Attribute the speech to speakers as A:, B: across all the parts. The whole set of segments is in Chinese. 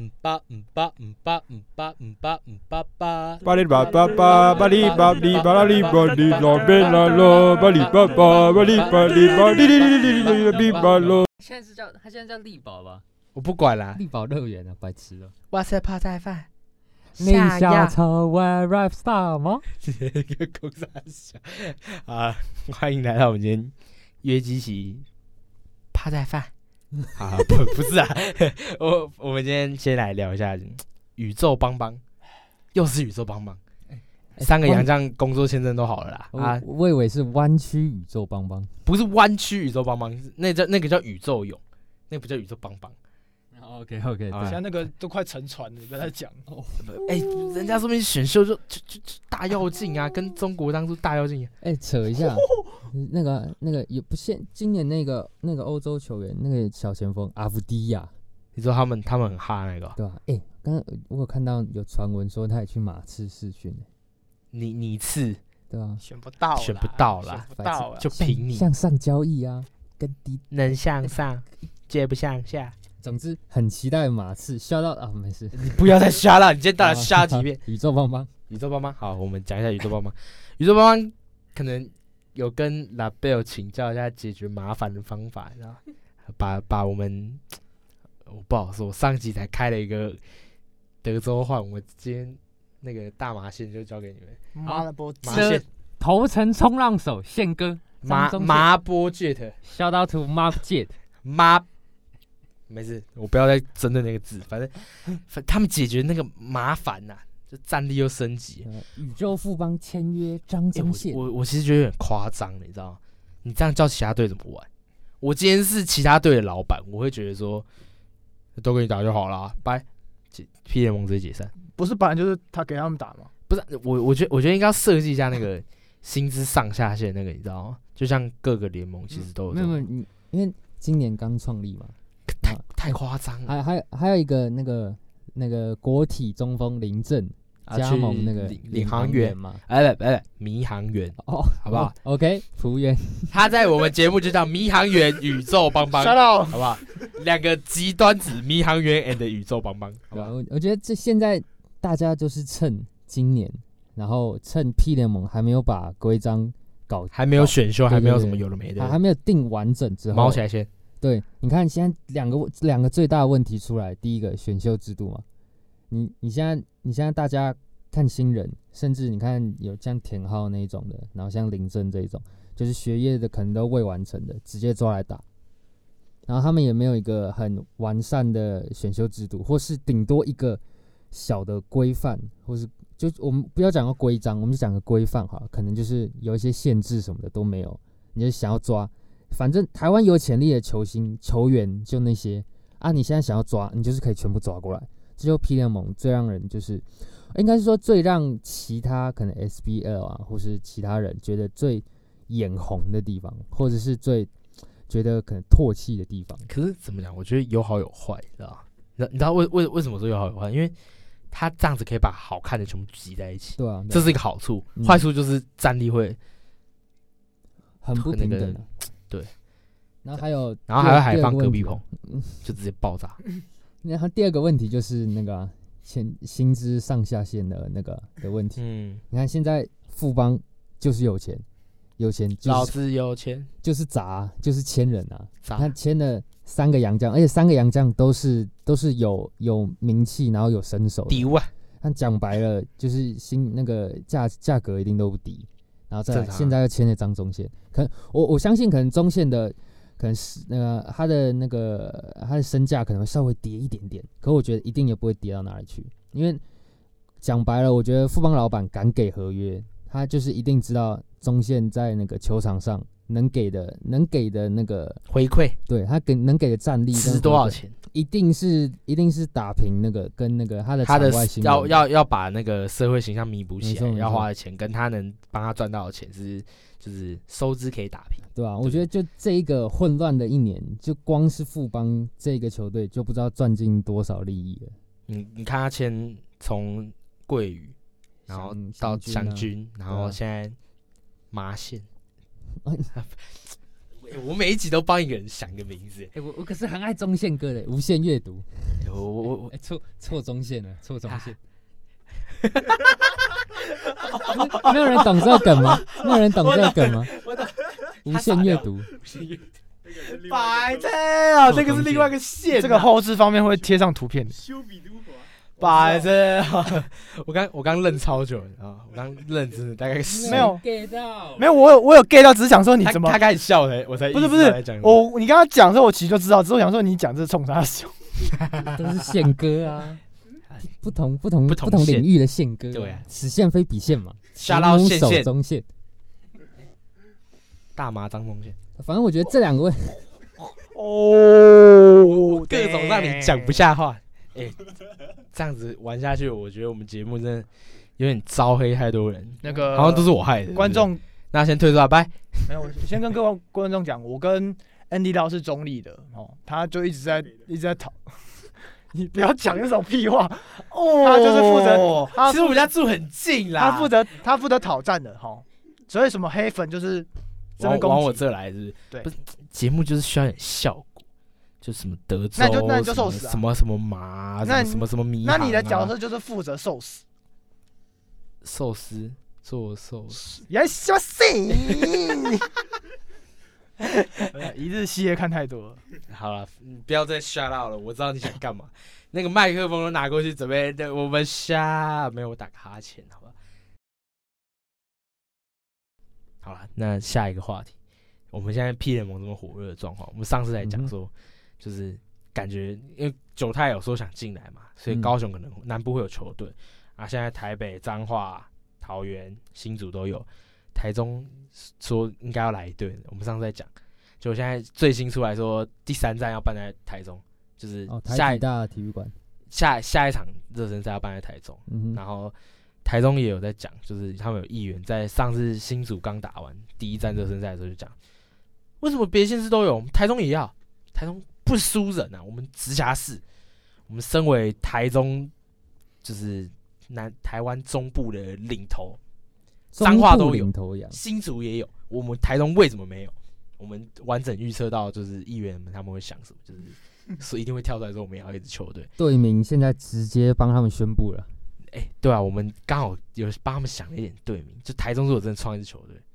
A: 嗯吧嗯吧嗯吧嗯吧嗯吧嗯吧吧。
B: 巴里巴巴巴巴里巴里巴拉里巴里拉贝拉拉巴里巴巴巴里巴里巴里里里里里里巴拉。
C: 现在是叫它现在叫力宝吧？
A: 我不管啦。
C: 力宝乐园啊，白痴哦！
D: 哇塞，泡菜饭，
C: 你想成为 rap star 吗？
A: 个公司小啊，欢迎来到我们今天约基奇。
D: 泡菜饭，
A: 啊， 不不是啊，我我们今天先来聊一下宇宙邦邦，又是宇宙邦邦，
E: 哎
A: 三个洋将工作签证都好了啦
E: 哦
A: 啊
C: 啊，，我以为是弯曲宇宙邦邦。
A: 不是湾区宇宙邦邦，是那叫那个叫宇宙泳，那不叫宇宙邦邦。
C: OK OK，
A: 好
E: 现
A: 啦
E: 在那个都快沉船了，你不要再讲。
A: 哎、人家说明选秀就就就就大跃进
E: 哦
A: 啊，跟中国当初大跃进一样。
C: 哎，扯 一下，那个那个也不限，今年那个那个欧洲球员，那个小前锋阿夫迪亚，
A: 你说他们他们很哈那个，
C: 对吧？哎，刚刚我有看到有传闻说他也去马刺试训，
A: 你你次
C: 对吧？
E: 选不到啦，
A: 选不到啦
E: 选不
F: 啊
E: 到啦
A: 就凭你
C: 向上交易啊，跟迪，
A: 能向上，接不向下。
C: 总之很期待马刺。笑到啊，没事，
A: 你不要再瞎了，你今天
C: 啊
A: 大家瞎几 遍。
C: 宇宙邦邦。
A: 宇宙邦邦，好，我们讲一下宇宙邦邦。宇宙邦邦可能有跟拉贝尔请教一下解决麻烦的方法，然后把把我们，我不好说，上集才开了一个德州换，我今天那个大麻线就交给你们，
E: 妈的波
A: 麻
E: 这
A: 线
F: 头层冲浪手宪哥，
A: 麻
F: 张宗宪
A: 麻波 jet
F: ，shout out to Mark Jet，
A: 麻，没事，我不要再针对那个字，反正反他们解决那个麻烦呐、就战力又升级。啊
C: 呃宇宙富邦签约张
A: 欸
F: 哎
C: 宗宪，
A: 我我我其实觉得有点夸张，你知道吗？你这样叫其他队怎么玩？我今天是其他队的老板，我会觉得说，都给你打就好了，拜，解 P 联盟直接解散。
E: 不是本来就是他给他们打嘛？
A: 不是我，我觉得我觉得应该要设计一下那个薪资上下限那个，你知道吗？就像各个联盟其实都有
C: 没
A: 这
C: 有
A: 种，
C: 没有，你因为今年刚创立嘛，
A: 太太夸张了。
C: 还还有还有一个那个那个国体中锋林振
A: 啊
C: 加
A: 去
C: 盟那个
A: 领
C: 领
A: 领航员
C: 员，嘛，
A: 哎不哎不，迷航员，
C: 哦，
A: 好不好
C: 哦？OK，服务员，
A: 他在我们节目就叫迷航员宇宙邦 邦，
E: 杀
A: 好
E: 到
A: 不好？两个极端子，迷航员 and 宇宙邦邦，好不
C: 对吧
A: 好？
C: 我我觉得这现在大家就是趁今年，然后趁 P 联盟还没有把规章搞，
A: 还没有选秀，
C: 对对
A: 还没有
C: 对啊
A: 什么有的没
C: 还还
A: 的，
C: 没有定完整之后，
A: 毛起来先。
C: 对，你看现在两个两个最大的问题出来，第一个选秀制度嘛，你你现在你现在大家看新人，甚至你看有像田浩那一种的，然后像林振这一种，就是学业的可能都未完成的，直接抓来打，然后他们也没有一个很完善的选秀制度，或是顶多一个小的规范，或是就我们不要讲个规章，我们就讲个规范哈，可能就是有一些限制什么的都没有，你就想要抓，反正台湾有潜力的球星球员就那些啊，你现在想要抓，你就是可以全部抓过来。这就 P 联盟最让人就是，应该是说最让其他可能 SBL 啊，或是其他人觉得最眼红的地方，或者是最觉得可能唾弃的地方。
A: 可是怎么讲？我觉得有好有坏，你知道吗？你知道你知道为为为什么说有好有坏？因为他这样子可以把好看的全部集在一起，
C: 对啊，
A: 这是一个好处。
C: 嗯
A: 坏处就是战力会，
C: 很不平等、
A: 那个
C: 啊。
A: 对。
C: 然后还有，
A: 然后还会还放隔壁棚
C: 嗯，
A: 就直接爆炸。
C: 然后第二个问题就是那个啊钱薪资上下限的那个的问题。
A: 嗯，
C: 你看现在富邦就是有钱，有钱就
A: 老
C: 是
A: 子有钱，
C: 就是砸啊，就是签人啊。
A: 咋
C: 他签了三个洋将，而且三个洋将都是都是有有名气，然后有身手的。
A: 丢啊？
C: 那讲白了，就是薪那个价价格一定都不低，然后再来
A: 正常啊
C: 现在又签了张中线，可能我我相信可能中线的可能是那个他的那个他的身价可能会稍微跌一点点，可我觉得一定也不会跌到哪里去，因为讲白了，我觉得富邦老板敢给合约，他就是一定知道中线在那个球场上能给的能给的那个，
A: 回馈
C: 对他给能给的战力
A: 值
C: 跟
A: 多少
C: 回馈，
A: 钱？
C: 一定是一定是打平那个跟那个他的
A: 他的
C: 场外薪
A: 要
C: 资
A: 要要把那个社会形象弥补起
C: 没
A: 来
C: 错，没
A: 要
C: 错
A: 花的钱跟他能帮他赚到的钱是就是收支可以打平。
C: 对吧、
A: 对
C: 我觉得就这一个混乱的一年，就光是富邦这个球队就不知道赚进多少利益了。
A: 你你看他签从桂宇，然后
C: 翔
A: 到湘
C: 翔军啊
A: 军，然后
C: 啊
A: 现在 麻线
C: 哎。
A: 我每一集都帮一个人想一个名字，
C: 哎、我我可是很爱中宪哥的无限阅读，
A: 我我我
C: 错错中线 了，错中线。没有人懂这个梗吗？没有人懂这个梗吗？无限阅读，
A: 白痴
E: 哦
A: 啊，这个是另外一个线啊，
E: 这个后置方面会贴上图片的。
A: 白痴啊！ 我刚我刚愣超久的啊，我刚愣真的大概十
E: 没有
C: 给到
E: 没有，我有我有 get 到，只是想说你
A: 他
E: 怎么
A: 他开始笑了，我才
E: 不是
A: 意识
E: 不是哦
A: 到在讲什么
E: 我你刚刚讲的时候，我其实就知道，只是我想说你讲这是冲啥笑。
C: 都是宪歌 啊，不同不同
A: 不
C: 不
A: 同
C: 同
A: 线
C: 领域的宪歌，
A: 对啊
C: 此线非彼线嘛，
A: 吓到
C: 前
A: 线
C: 无手
A: 线
C: 中线。
A: 大麻张风线，
C: 反正我觉得这两个问，
E: 哦，
A: 各种让你讲不下话。哎，这样子玩下去，我觉得我们节目真的有点招黑太多人，
E: 那个
A: 好像都是我害的。
E: 观
A: 对不对，
E: 众
A: 那先退出来，拜。
E: 没有，我先跟各位观众讲，我跟 Andy 道是中立的哦，他就一直在一直在讨， 你不要讲那种屁话，哦
A: 哦
E: 他就是负责他
A: 其实我们家住很近啦，
E: 他负责他负责讨战的哈、哦，所以什么黑粉就是这边
A: 往往
E: 攻
A: 我
E: 击，
A: 这来，是不是？
E: 对
A: 不是节目就是需要点效果，就什么德州，
E: 那你就那你就
A: 什么
E: 受死啊
A: 什么什么麻，
E: 那你
A: 什么什么米、啊
E: 那你的角色就是负责受死，
A: 寿司做寿司，
E: 也笑死。 哎一日系列看太多了，
A: 好了，嗯不要再 shout out 了，我知道你想干嘛。 那个麦克风都拿过去，准备对我们下，没有，我打个哈欠，好吧？好了，那下一个话题，我们现在 P 联盟这么火热的状况，我们上次在
C: 嗯
A: 讲
C: 哼
A: 说，就是感觉因为九泰有说想进来嘛，所以
C: 嗯
A: 高雄可能南部会有球队啊，现在台北、彰化、桃园、新竹都有，台中说应该要来一队，我们上次在讲。就现在最新出来说，第三站要办在台中，就是
C: 哦，
A: 下
C: 台
A: 一、
C: 体大体育馆，
A: 下下一场热身赛要办在台中，
C: 嗯
A: 然
C: 哼，
A: 后台中也有在讲，就是他们有议员在上次新组刚打完第一站热身赛的时候就讲，为什么别的县市都有，我们台中也要？台中不输人啊，我们直辖市，我们身为台中就是南台湾中部的领头，脏话都有
C: 中部领头 羊，
A: 新竹也有，我们台中为什么没有？我们完整预测到，就是议员们他们会想什么，就是说一定会跳出来说我们要一支球队。
C: 队名现在直接帮他们宣布了，
A: 哎、对啊，我们刚好有帮他们想了一点队名，就台中如果真的创一支球队，哎啊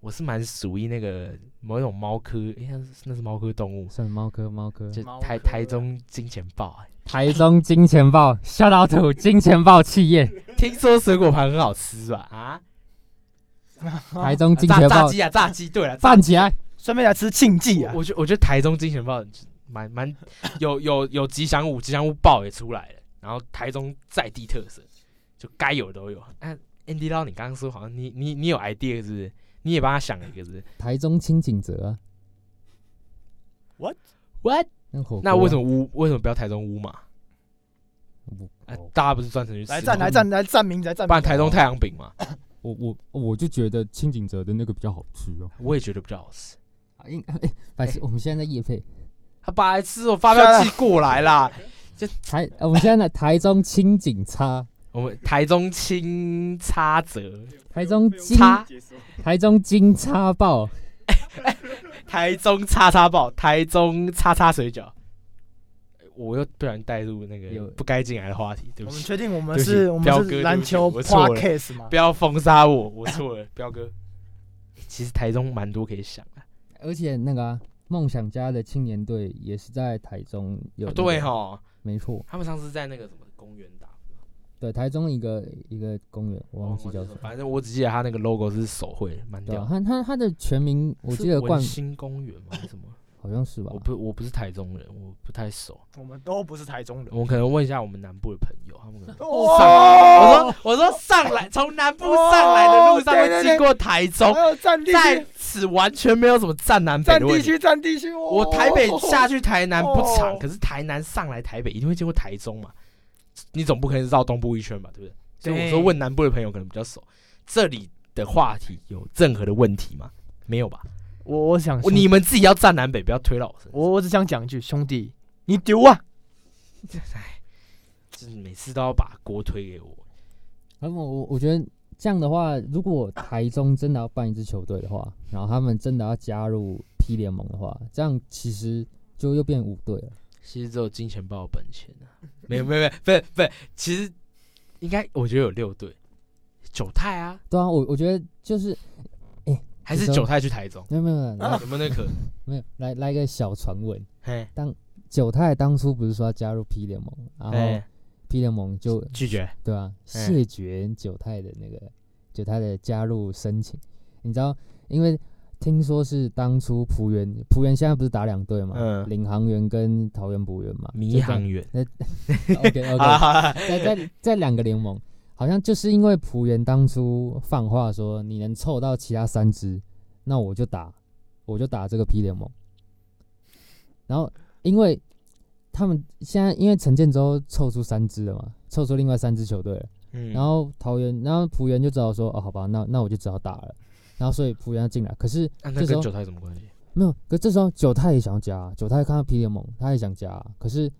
A: 我是蛮属于那个某一种猫科，哎、那是那是猫科动物，
C: 算猫科猫科，
A: 就
E: 猫
A: 台
E: 科
A: 台中金钱豹、哎
C: 台中金钱豹，下到土金钱豹企 业，
A: 听说水果盘很好吃吧？啊，
C: 台中金
A: 炸
C: 钱
A: 炸
C: 豹
A: 鸡啊，炸鸡，对了，炸
C: 站起来，
E: 顺便来吃庆忌啊
A: 我！我觉我觉得台中金钱豹蛮蛮有有有吉祥物，吉祥物豹也出来了，然后台中在地特色就该有都有。啊、Andy 捞，你刚刚说好像你你你有 idea 是不是？你也帮他想了一个是不是
C: 台中清景泽啊，
A: ？What？
C: 那火锅啊
A: 那为什么乌为什么不要台中乌马？
C: 我
A: 啊、大家不是专程去吃
E: 来站
A: 吗
E: 来站来站名来站
A: 不然
E: 名，
A: 台中太阳饼嘛，
C: 我我我就觉得清景泽的那个比较好吃哦。
A: 我也觉得比较好吃。
C: 啊应哎，白痴，我们现在在夜配
A: 他白痴哦，发票寄过来啦。
C: 台，呃我们现在在台中清景差，
A: 我们台中清差泽，
C: 台中金
A: 差
C: 台中金叉爆，
A: 台中叉叉爆，台中叉叉水饺。我又不小心带入那
C: 有
A: 个不该进来的话题，对
E: 我
A: 不
E: 们
A: 起，
E: 确定我们
A: 对不起
E: 是我
A: 彪
E: 们
A: 哥对
E: 是
A: 不
E: 篮
A: 起
E: 球
A: 我错了
E: podcast 吗
A: 不？要封杀我，我错了，彪 哥。其实台中蛮多可以想的、
C: 而且那个啊梦、想家的青年队也是在台中有、
A: 哦对，哈，
C: 没错，
A: 他们上次在那个什么公园打，
C: 对台中一个一个公园，我忘记叫什
A: 什么
C: 么。
A: 反正我只记得他那个 logo 是手绘的，蛮
C: 对
A: 屌
C: 啊，
A: 的。
C: 他他他的全名我记
A: 是
C: 得
A: 文
C: 冠
A: 心公园吗？还是什么？
C: 好像 是吧
A: 我？不，我不是台中人，我不太熟。
E: 我们都不是台中人。
A: 我可能问一下我们南部的朋友，他们可能。
E: 哦，
A: 我说，我说上来从南部上来的路上
E: 哦对
A: 会
E: 对对
A: 经过台中，
E: 还有 占地
A: 在
E: 区，
A: 此完全没有什么站南北
E: 占
A: 的问
E: 地
A: 题。
E: 区，占地区。哦我
A: 我台北下去台南不长，
E: 哦
A: 可是台南上来台北一定会经过台中嘛，你总不可能绕东部一圈吧，对不对？所以我说
E: 对
A: 问南部的朋友可能比较熟，这里的话题有任何的问题吗？没有吧？哦
E: 我我想
A: 我你们自己要站南北，不要推到我身上。
E: 我我只想讲一句，兄弟，你丢啊！
A: 就是每次都要把锅推给我。
C: 然后我我觉得这样的话，如果台中真的要办一支球队的话，然后他们真的要加入 P 联盟的话，这样其实就又变五队了。
A: 其实只有金钱豹有本钱啊， 没有没有没有，不是不是，其实应该我觉得有六队，九泰啊，
C: 对啊，我我觉得就是
A: 还是
C: 你说
A: 九泰去台中，
C: 没有没有没有来
A: 有没有那可能？
C: 没有来来一个小传闻，
A: 嘿，
C: 九泰当初不是说要加入 P 联盟，然后
A: 哎，
C: P 联盟就
A: 拒绝，
C: 对啊，
A: 哎
C: 谢绝九泰的那个九泰的加入申请。你知道，因为听说是当初浦原浦原现在不是打两队嘛，
A: 嗯
C: 领航员跟桃园捕员嘛，
A: 迷 航员，
C: OK
A: 好啦
C: OK，
A: 好啦
C: 在在在两个联盟，好像就是因为浦原当初放话说你能凑到其他三支，那我就打我就打这个 P 联盟。然后因为他们现在因为陈建州凑出三支了嘛，凑出另外三支球队了。
A: 嗯
C: 然后桃园，然后浦原就只好说，哦，好吧，那那我就只好打了。然后所以浦原要进来，可是
A: 啊
C: 这
A: 那
C: 时
A: 跟
C: 候
A: 九泰什么关系？
C: 没有，可这时候九太也想加、九太看到 P 联盟，他也想加、可是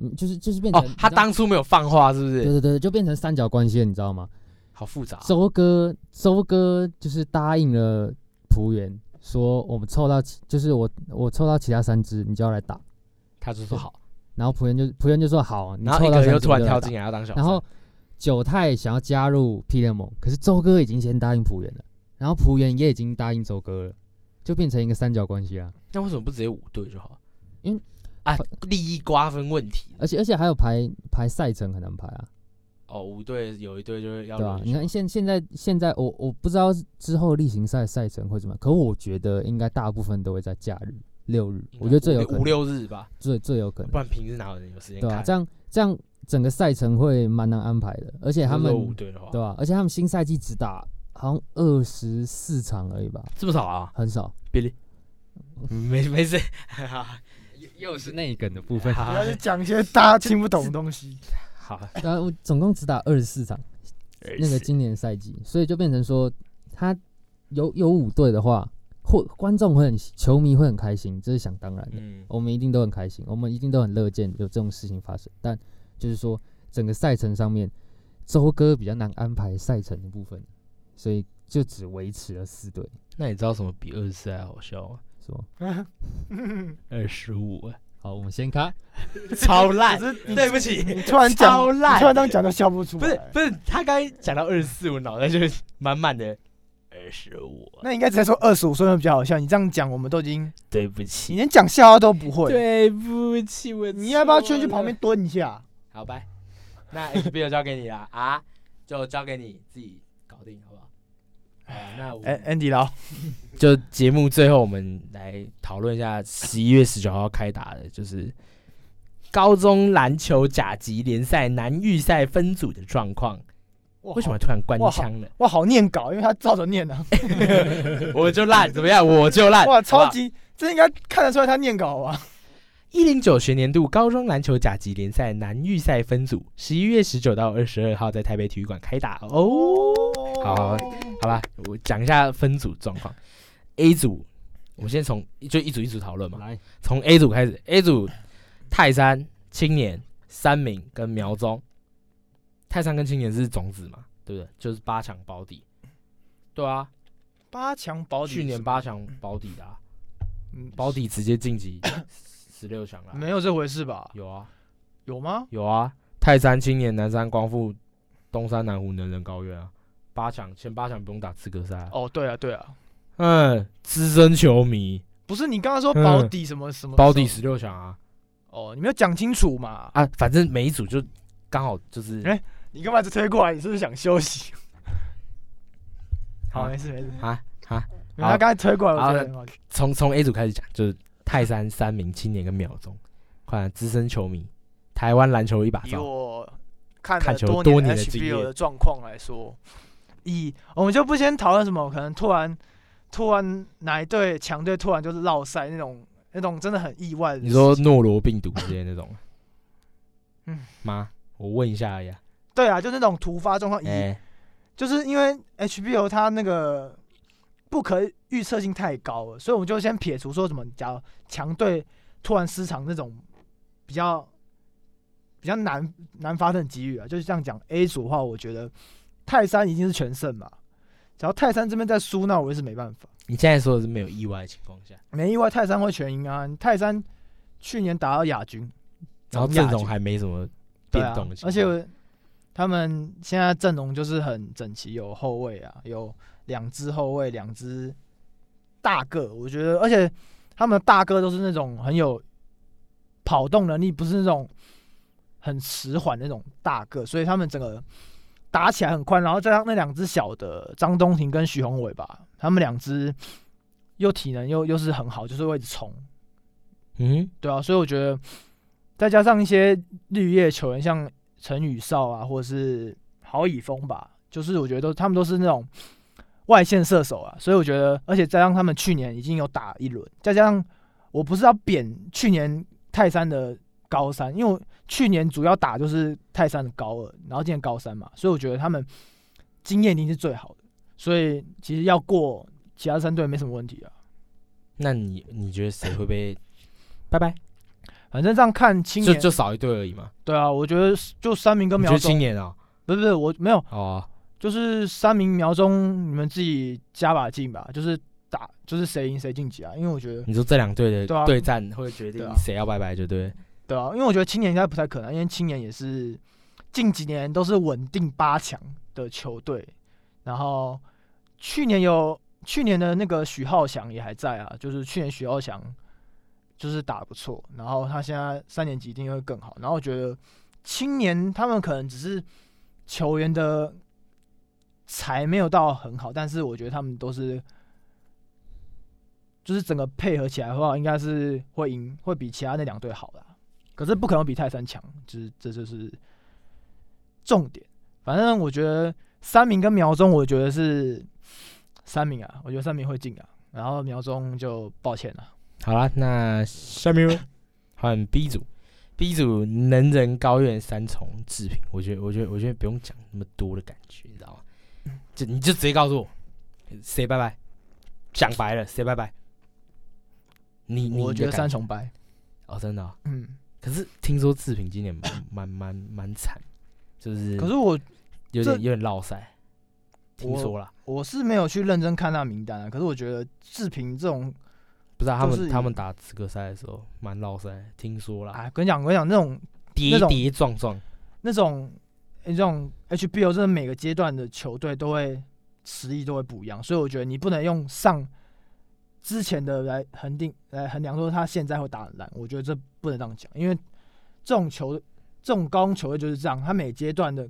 C: 嗯，就是就是变成、
A: 哦，他
C: 你知道
A: 当初没有放话是不
C: 对
A: 是？
C: 对对，就变成三角关系了，你知道吗？
A: 好复杂啊，
C: 周哥周哥就是答应了浦原说，我们凑到其就是我我凑到其他三支，你就要来打。
A: 他就说好，
C: 然后浦原就浦原就说好，你
A: 然后
C: 凑
A: 一
C: 到
A: 个
C: 三
A: 人又
C: 支
A: 突然
C: 我就来
A: 跳
C: 打
A: 进来要当小三，
C: 然后九太想要加入 P 联盟，可是周哥已经先答应浦原了，然后浦原也已经答应周哥了，就变成一个三角关系啊。
A: 那为什么不直接五队就好？
C: 因为
A: 啊，利益瓜分问题
C: 而且而且还有排排赛程很难排啊，
A: 哦，五队有一队就是要啊
C: 对吧、
A: 轮
C: 你看
A: 休
C: 现现在现在我我不知道之后例行赛赛程会怎么样，可我觉得应该大部分都会在假日六日，我觉得最有可
A: 五
C: 能，
A: 六日吧，
C: 最最有可
A: 不
C: 能，
A: 然平日哪有人有时间
C: 对吧、啊
A: 看？
C: 这样这样整个赛程会蛮难安排的，而且他
A: 如
C: 们
A: 果五队的话
C: 对，吧、啊而且他们新赛季只打好像二十四场而已吧，
A: 这么少啊？
C: 很少。嗯
A: 没没事，
F: 又是内梗的部 分。
A: 啊
E: 不要去讲一些大家听不懂的东西。
A: 好，
C: 然后呃总共只打二十四场，那个今年赛季，所以就变成说，他有有五队的话，会观众会很，球迷会很开心，这是想当然的。
A: 嗯，
C: 我们一定都很开心，我们一定都很乐见有这种事情发生。但就是说，整个赛程上面，周哥比较难安排赛程的部分，所以就只维持了四队，
A: 那你知道什么比二十四还好笑 吗？
C: 是吗？
A: 二十五，哎，
C: 好，我们先看，
A: 超烂，对不起，
E: 你突然讲，
A: 超
E: 你
A: 烂
E: 突然这样讲就笑不出
A: 不是
E: 来。
A: 不是，他刚才讲到二十四，我脑袋就是满满的二十五，
E: 那你应该直接说二十五岁会比较好笑。你这样讲，我们都已 经，
A: 对不
E: 你
A: 起，
E: 连讲笑话都不会。
A: 对不起，我
E: 你要不要
A: 错
E: 先去旁
A: 了
E: 边蹲一下？
A: 好拜，那 HBO 交给你啦啊， 就交给你自己搞定，好不好？啊，那我
E: 哎，Andy 老，
A: 就节目最后我们来讨论一下十一月十九号开打的，就是高中篮球甲级联赛南预赛分组的状况。
E: 哇
A: 为什么
E: 好
A: 突然官腔了？
E: 哇好念稿？因为他照着念啊。
A: 我就烂，怎么样？我就烂。
E: 哇，超级，这应该看得出来他念稿啊。
A: 一零九学年度高中篮球甲级联赛南预赛分组，十一月十九到二十二号在台北体育馆开打哦。好，好吧，我讲一下分组状况。A 组，我们先从就一组一组讨论嘛。
C: 来，
A: 从 A 组开始，A 组泰山、青年、三明跟苗中。泰山跟青年是种子嘛，对不对？就是八强保底。对啊，
E: 八强保底，
A: 去年八强保底的、啊，
E: 嗯
A: 保底直接晋 级十六强了。啊
E: 没有这回事吧？
A: 有啊，
E: 有吗？
A: 有啊，泰山、青年、南山、光复、东山、南湖、能仁、高院啊，八强前八强不用打资格赛、啊。
E: 哦，对啊，对啊，
A: 嗯，资深球迷
E: 不是你刚刚说保底什么什么
A: 保底十六强啊
E: 哦，你没有讲清楚嘛？
A: 啊，反正每一组就刚好就是
E: 哎你干嘛就推过来？你是不是想休 息？好，
A: 啊
E: 没事没事。
A: 啊啊，
E: 没有他刚才推过来，我觉得很好
A: 从从 A 组开始讲，就是泰山、三明、青年跟秒钟，快点资深球迷，台湾篮球一把
E: 以
A: 照，
E: 我看
A: 看
E: 了
A: 球
E: 多
A: 多
E: 年
A: 年的经
E: HBO
A: 验
E: 的状况来说，以我们就不先讨论什么，可能突然突然哪一队强队突然就是落赛那种那种真的很意外的事情。
A: 你说诺罗病毒之类那种，啊
E: 嗯
A: 妈，我问一下呀，
E: 对啊，就那种突发状况，以
A: 哎，
E: 就是因为 HBO 它那个不可预测性太高了，所以我们就先撇除说什么，假如强队突然失常这种比较比较难难发生的机遇啊。就是这样讲，A 组的话，我觉得泰山已经是全胜嘛，只要泰山这边再输，那我也是没办法。
A: 你现在说的是没有意外的情况下，
E: 没意外，泰山会全赢啊！泰山去年打到亚军，
A: 然后
E: 亚
A: 阵容
E: 军
A: 还没什么
E: 对
A: 变
E: 啊
A: 动的情况，
E: 而且他们现在阵容就是很整齐，有后卫啊，有两只后卫，两只大个，我觉得，而且他们的大个都是那种很有跑动能力，不是那种很迟缓那种大个，所以他们整个打起来很快。然后再上那两只小的张东庭跟徐宏伟吧，他们两只又体能又又是很好，就是会一直冲。
A: 嗯
E: 对啊，所以我觉得再加上一些绿叶球员，像陈宇少啊，或者是郝以峰吧，就是我觉得都他们都是那种外线射手啊，所以我觉得，而且再加上他们去年已经有打一轮，再加上我不是要贬去年泰山的高三，因为我去年主要打就是泰山的高二，然后今年高三嘛，所以我觉得他们经验一定是最好的，所以其实要过其他三队没什么问题啊。
A: 那你你觉得谁会被？拜拜，
E: 反正这样看青
A: 就
E: 年，
A: 就少一队而已嘛。
E: 对啊，我觉得就三名跟
A: 你觉
E: 苗
A: 得
E: 总
A: 青，年啊？
E: 不是不是，我没有，
A: 哦，
E: 就是三名苗中你们自己加把劲吧，就是打就是谁赢谁晋级啊，因为我觉得
A: 你说这两队
E: 对
A: 的
E: 啊
A: 对战会决定
E: 对啊
A: 谁要拜拜，就对了。
E: 对啊，因为我觉得青年应该不太可能，因为青年也是近几年都是稳定八强的球队，然后去年有去年的那个许浩翔也还在啊，就是去年许浩翔就是打得不错，然后他现在三年级一定会更好，然后我觉得青年他们可能只是球员的才没有到很好，但是我觉得他们都是。就是整个配合起来的话，应该是会赢，会比其他那两队好啦。可是不可能比泰山强，就是这就是重点。反正我觉得三名跟苗中，我觉得是三名啊，我觉得三名会进啊，然后苗中就抱歉了。
A: 好啦，那下面 换 B 组，B 组能人高院三重制品，我觉得我觉得我觉得不用讲那么多的感觉，你知道吗？
E: 嗯
A: 就你就直接告诉我谁拜拜，讲白了谁拜拜。你你
E: 我
A: 的
E: 觉得
A: 感
E: 三重白，
A: 哦，真的哦、
E: 嗯，
A: 可是听说志平今年蛮蛮蛮蛮惨，就是
E: 可是我
A: 有
E: 这
A: 点有点落赛，听
E: 我
A: 说啦，
E: 我是没有去认真看那名单啊，可是我觉得志平这种
A: 不知道他
E: 就是
A: 们他们打资格赛的时候蛮落赛，听说啦，
E: 啊，跟你讲，我跟你讲，那种
A: 跌
E: 那种
A: 跌撞撞，
E: 那种诶这种 HBO 真的每个阶段的球队都会实力都会不一样，所以我觉得你不能用上之前的来恒定来衡量说他现在会打得烂，我觉得这不能这样讲，因为这种球这种高中球队就是这样，他每阶段的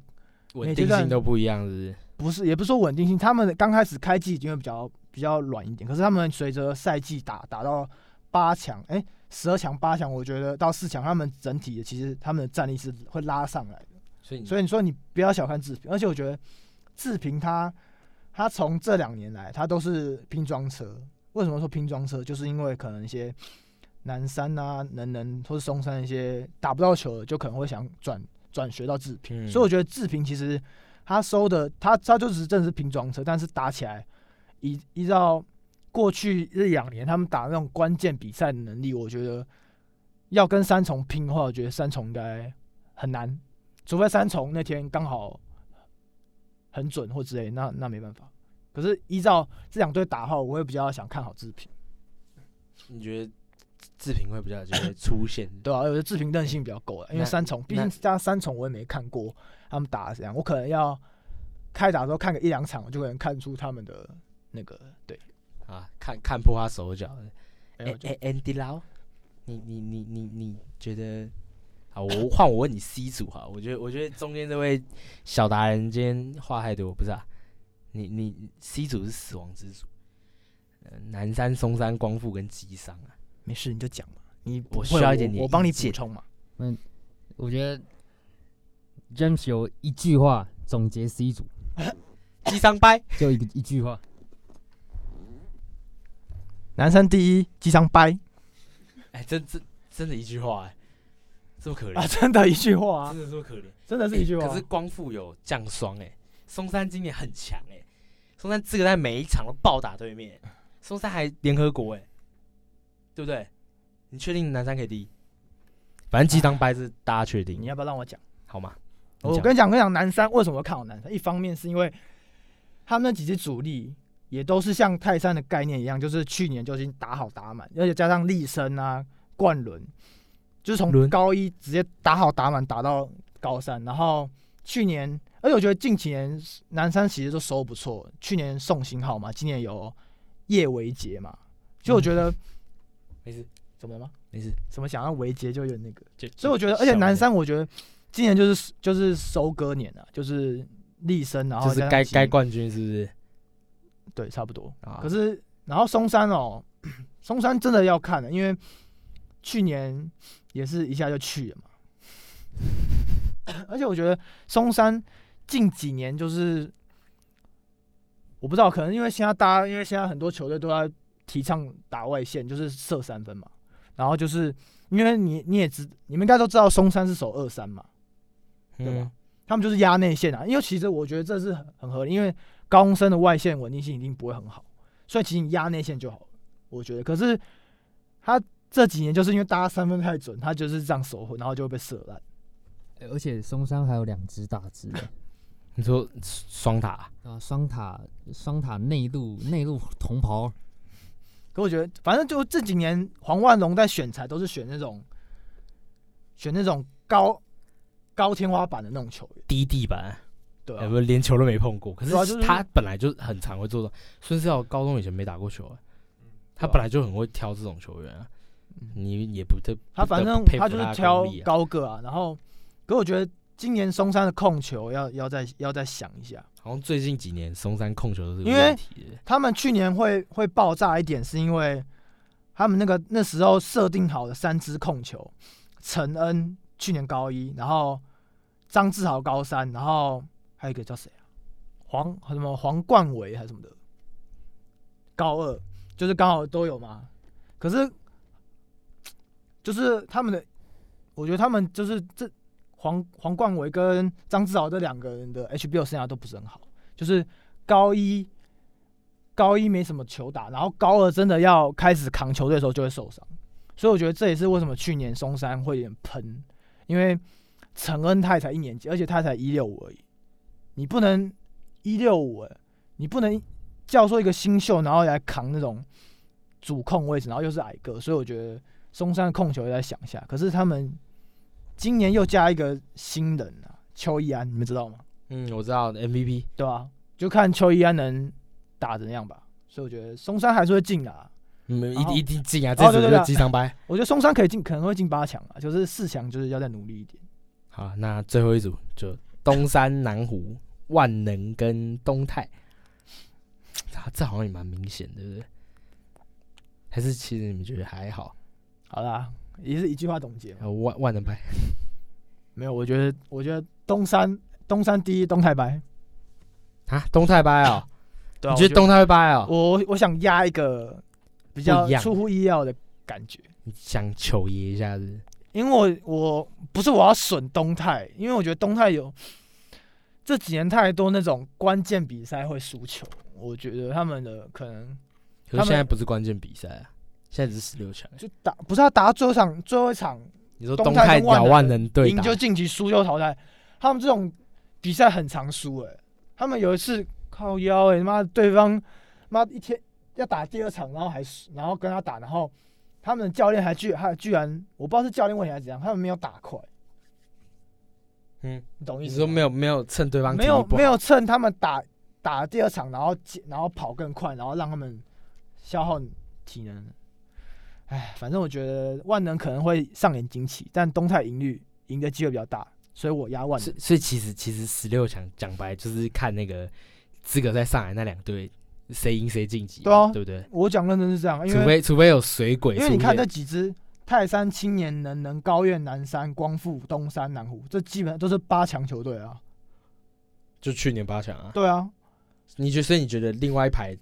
A: 稳
E: 每
A: 定
E: 阶段
A: 性都不一样，是不是？
E: 不是也不是说稳定性，他们刚开始开季一定会比较比较软一点，可是他们随着赛季打打到八强，哎、十二强、八强，我觉得到四强，他们整体的其实他们的战力是会拉上来的。
A: 所以你
E: 所以你说你不要小看志平，而且我觉得志平他他从这两年来他都是拼装车。为什么说拼装车？就是因为可能一些南山啊、能能或是松山一些打不到球的，就可能会想转转学到志平。
A: 嗯
E: 所以我觉得志平其实他收的他他就只是真的是拼装车，但是打起来依依照过去一两年他们打那种关键比赛的能力，我觉得要跟三重拼的话，我觉得三重应该很难，除非三重那天刚好很准或之类，那那没办法。可是依照这两队打的话，我会比较想看好志平，
A: 你觉得志平会比较就会出现？
E: 对啊，我觉得志平韧性比较够了，啊因为
A: 那
E: 三重，毕竟
A: 那
E: 加三重我也没看过他们打的怎样，我可能要开打的时候看个一两场，我就能看出他们的那个对。
A: 啊，看看破他手脚。
E: 哎
A: 哎
E: 我就
A: 哎，Andy Lau，你你你你你觉得？好，我换我问你 C 组哈，我觉得我觉得中间这位小达人今天话太多，不是啊？你你 C 组是死亡之组，呃南山、松山、光复跟吉商啊，
E: 没事，你就讲嘛，你
A: 我
E: 不
A: 需
E: 会
A: 要一点你的
E: 我帮你
A: 意
E: 补
A: 见
E: 充嘛。
C: 我觉得 James 有一句话总结 C 组，
A: 吉商掰，
C: 就一个一句话，
E: 南山第一，机场掰
A: 哎，真真真的一句话、哎，这么可怜，
E: 啊，真的一句话啊
A: 真，的这么可怜。
E: 真的是一句话啊。
A: 可是光复有降双哎、松山今年很强哎、松山这个在每一场都暴打对面、松山还联合国哎、对不对？你确定南山可以第一？反正鸡汤掰是大家确
E: 你
A: 定
E: 要不要让我讲？
A: 好吗？你
E: 嗯哦我
A: 讲
E: 跟你讲，我跟你讲，南山为什么会看好南山？一方面是因为他们那几支主力也都是像泰山的概念一样，就是去年就已经打好打满，而且加上力生啊、冠伦就是从
A: 轮
E: 高一直接打好打满打到高三，然后去年，而且我觉得近几年南山其实都收不错，去年宋新浩嘛，今年有叶维杰嘛，就我觉得、
A: 没事，
E: 怎么了吗？
A: 没事，
E: 怎么想到维杰就有点那个，
F: 就
E: 所以我觉得，而且南山我觉得今年就是就是收割年啊，就是立身，然后
A: 就
E: 加
A: 是
E: 上
A: 该
E: 奇
A: 该冠军是不是？
E: 对，差不多。
A: 啊
E: 可是然后松山哦， 松山真的要看的，因为去年也是一下就去了嘛。 而且我觉得松山近几年就是，我不知道，可能因为现在大家因为现在很多球队都在提倡打外线，就是射三分嘛。然后就是因为你你也知，你们应该都知道松山是守二三嘛，对吧
A: 嗯，
E: 他们就是压内线啊，因为其实我觉得这是很很合理，因为高中生的外线稳定性一定不会很好，所以其实你压内线就好了，我觉得。可是他这几年就是因为大家三分太准，他就是这样守护，然后就会被射烂。
C: 呃而且松山还有两只大只 的
A: 你说双塔
C: 啊，双塔双塔内陆内陆同袍，
E: 可我觉得，反正就这几年黄万龙在选材都是选那种选那种高高天花板的那种球员，
A: 低地板，
E: 对
A: 呃
E: 啊，
A: 不连球都没碰过。可
E: 对啊就是
A: 是他本来就很常会做到。孙思尧高中以前没打过球啊，他
E: 对啊嗯
A: 本来就很会挑这种球员啊。你也不得
E: 他反正
A: 不得不佩服
E: 他就是
A: 的
E: 挑
A: 功力啊
E: 高个啊，然后，可我觉得今年松山的控球要要再要再想一下。
A: 好像最近几年松山控球都是个
E: 因为
A: 问题的。
E: 他们去年会会爆炸一点，是因为他们那个那时候设定好的三支控球，陈恩去年高一，然后张志豪高三，然后还有一个叫谁啊？黄什么黄冠伟还是什么的，高二就是刚好都有嘛。可是就是他们的，我觉得他们就是这黄黄冠伟跟张志豪这两个人的 HBO 生涯都不是很好，就是高一高一没什么球打，然后高二真的要开始扛球队的时候就会受伤，所以我觉得这也是为什么去年松山会有点喷，因为陈恩他也才一年级，而且他才一六五而已，你不能一六五，你不能叫做一个新秀，然后来扛那种主控位置，然后又是矮个，所以我觉得松山的控球也在想一下，可是他们今年又加一个新人啊，邱义安，你们知道吗？
A: 嗯，我知道 MVP
E: 对啊，就看邱义安能打怎样吧。所以我觉得松山还是会进的、啊，
A: 嗯，
E: 然后
A: 一一定进啊！
E: 哦对
A: 这组
E: 对
A: 就
E: 对
A: 几场掰。
E: 我觉得松山可以进，可能会进八强啊，就是四强就是要再努力一点。
A: 好，那最后一组就东山南湖、万能跟东泰。啊，这好像也蛮明显，对不对？还是其实你们觉得还好？
E: 好啦，也是一句话总结嘛，
A: 呃万万能掰，
E: 没有，我觉得我觉得东山东山第一，东太白。
A: 啊，东泰掰哦，
E: 对啊
A: 你觉得东泰会掰哦？
E: 我我想压一个比较
A: 不一样
E: 出乎意料的感觉，
A: 你想求爷一下子，
E: 因为我我不是我要损东泰，因为我觉得东泰有这几年太多那种关键比赛会输球，我觉得他们的可能他
A: 可是
E: 们
A: 现在不是关键比赛啊，现在只是十六强。
E: 就打不是他打到最后场，最后一场
A: 你说
E: 东
A: 东
E: 泰
A: 泰
E: 跟万
A: 咬
E: 能
A: 万能对
E: 赢啊
A: 打，
E: 就晋级，输就淘汰。他们这种比赛很常输哎、他们有一次靠腰哎、妈对方妈一天要打第二场，然后还输然后跟他打，然后他们的教练还居还居然我不知道是教练问题还是怎样，他们没有打快，
A: 嗯，
E: 你懂意
A: 你
E: 思吗？
A: 说没有没有趁对方
E: 没有
A: 体力不好
E: 没有趁他们打打第二场，然后接然后跑更快，然后让他们消耗体能。哎，反正我觉得万能可能会上演惊奇，但东泰赢率赢的机会比较大，所以我压万
A: 所
E: 能
A: 以。所以其实其实十六强讲白就是看那个资格赛上来那两队谁赢谁晋级嘛，
E: 对啊
A: 对不对？
E: 我讲认真是这样，因
A: 除
E: 为
A: 非除非有水鬼出
E: 因
A: 现，
E: 为你看这几支泰山、青年、能能、高院、南山、光复、东山、南湖，这基本上都是八强球队啊。
A: 就去年八强啊，
E: 对啊，
A: 你觉得所以你觉得另外 一排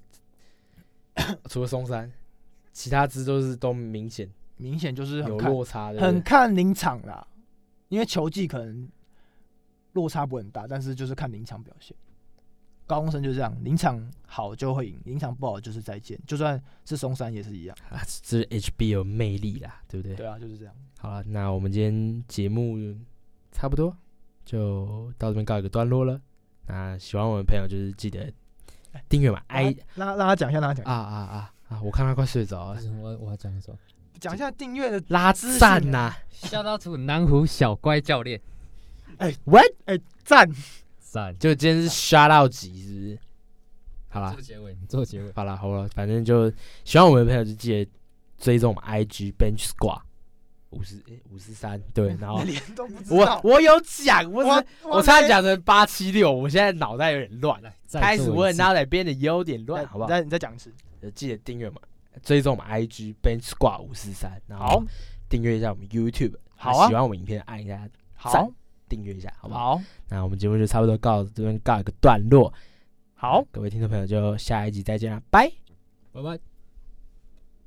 A: 除了松山，其他支都是都明显
E: 明显就是很
A: 有
E: 看
A: 落差的，
E: 很看临场啦，因为球技可能落差不会很大，但是就是看临场表现。高中生就这样，临场好就会赢，临场不好就是再见。就算是松山也是一样，
A: 啊，这是 HB 有魅力啦，对不对？
E: 对啊，就是这样。
A: 好了，那我们今天节目差不多就到这边告一个段落了。那喜欢我们的朋友就是记得订阅嘛，i
E: 哎让他让他讲一下，让他讲一下。
A: 啊啊啊啊啊！我看他快睡着了，
C: 我我要讲什么？
E: 讲一下订阅的
A: 拉
E: 资
A: 赞
E: 讯
A: 呐、
C: 笑到吐南湖小乖教练，
A: What？
E: 赞，
C: 赞，
A: 就今天是 shout out 集，是不是？好啦
F: 做，结尾，
C: 做结尾，
A: 好啦，好了，反正就喜欢我们的朋友就记得追踪我们 IG Bench Squad 五十五十三，对，然后
E: 连都不知
A: 我
E: 道。
A: 我有讲，我只是我差点
E: 讲，
A: 讲成八七六，我现在脑袋有点乱，
C: 再
A: 开始
C: 做一
A: 问
C: 次
A: 脑袋边的有点乱，好不好
E: 你？再你再讲一次。
A: 呃记得订阅嘛，追踪我们 IG Bench Squad 五十三，然
E: 好
A: 后订阅一下我们 YouTube，
E: 好啊
A: 喜欢我们影片按一下
E: 好
A: 赞，订阅一下，好不好？
E: 好，
A: 那我们节目就差不多告这边告一个段落，
E: 好。
A: 各位听众朋友就下一集再见啦，拜。
C: 拜拜。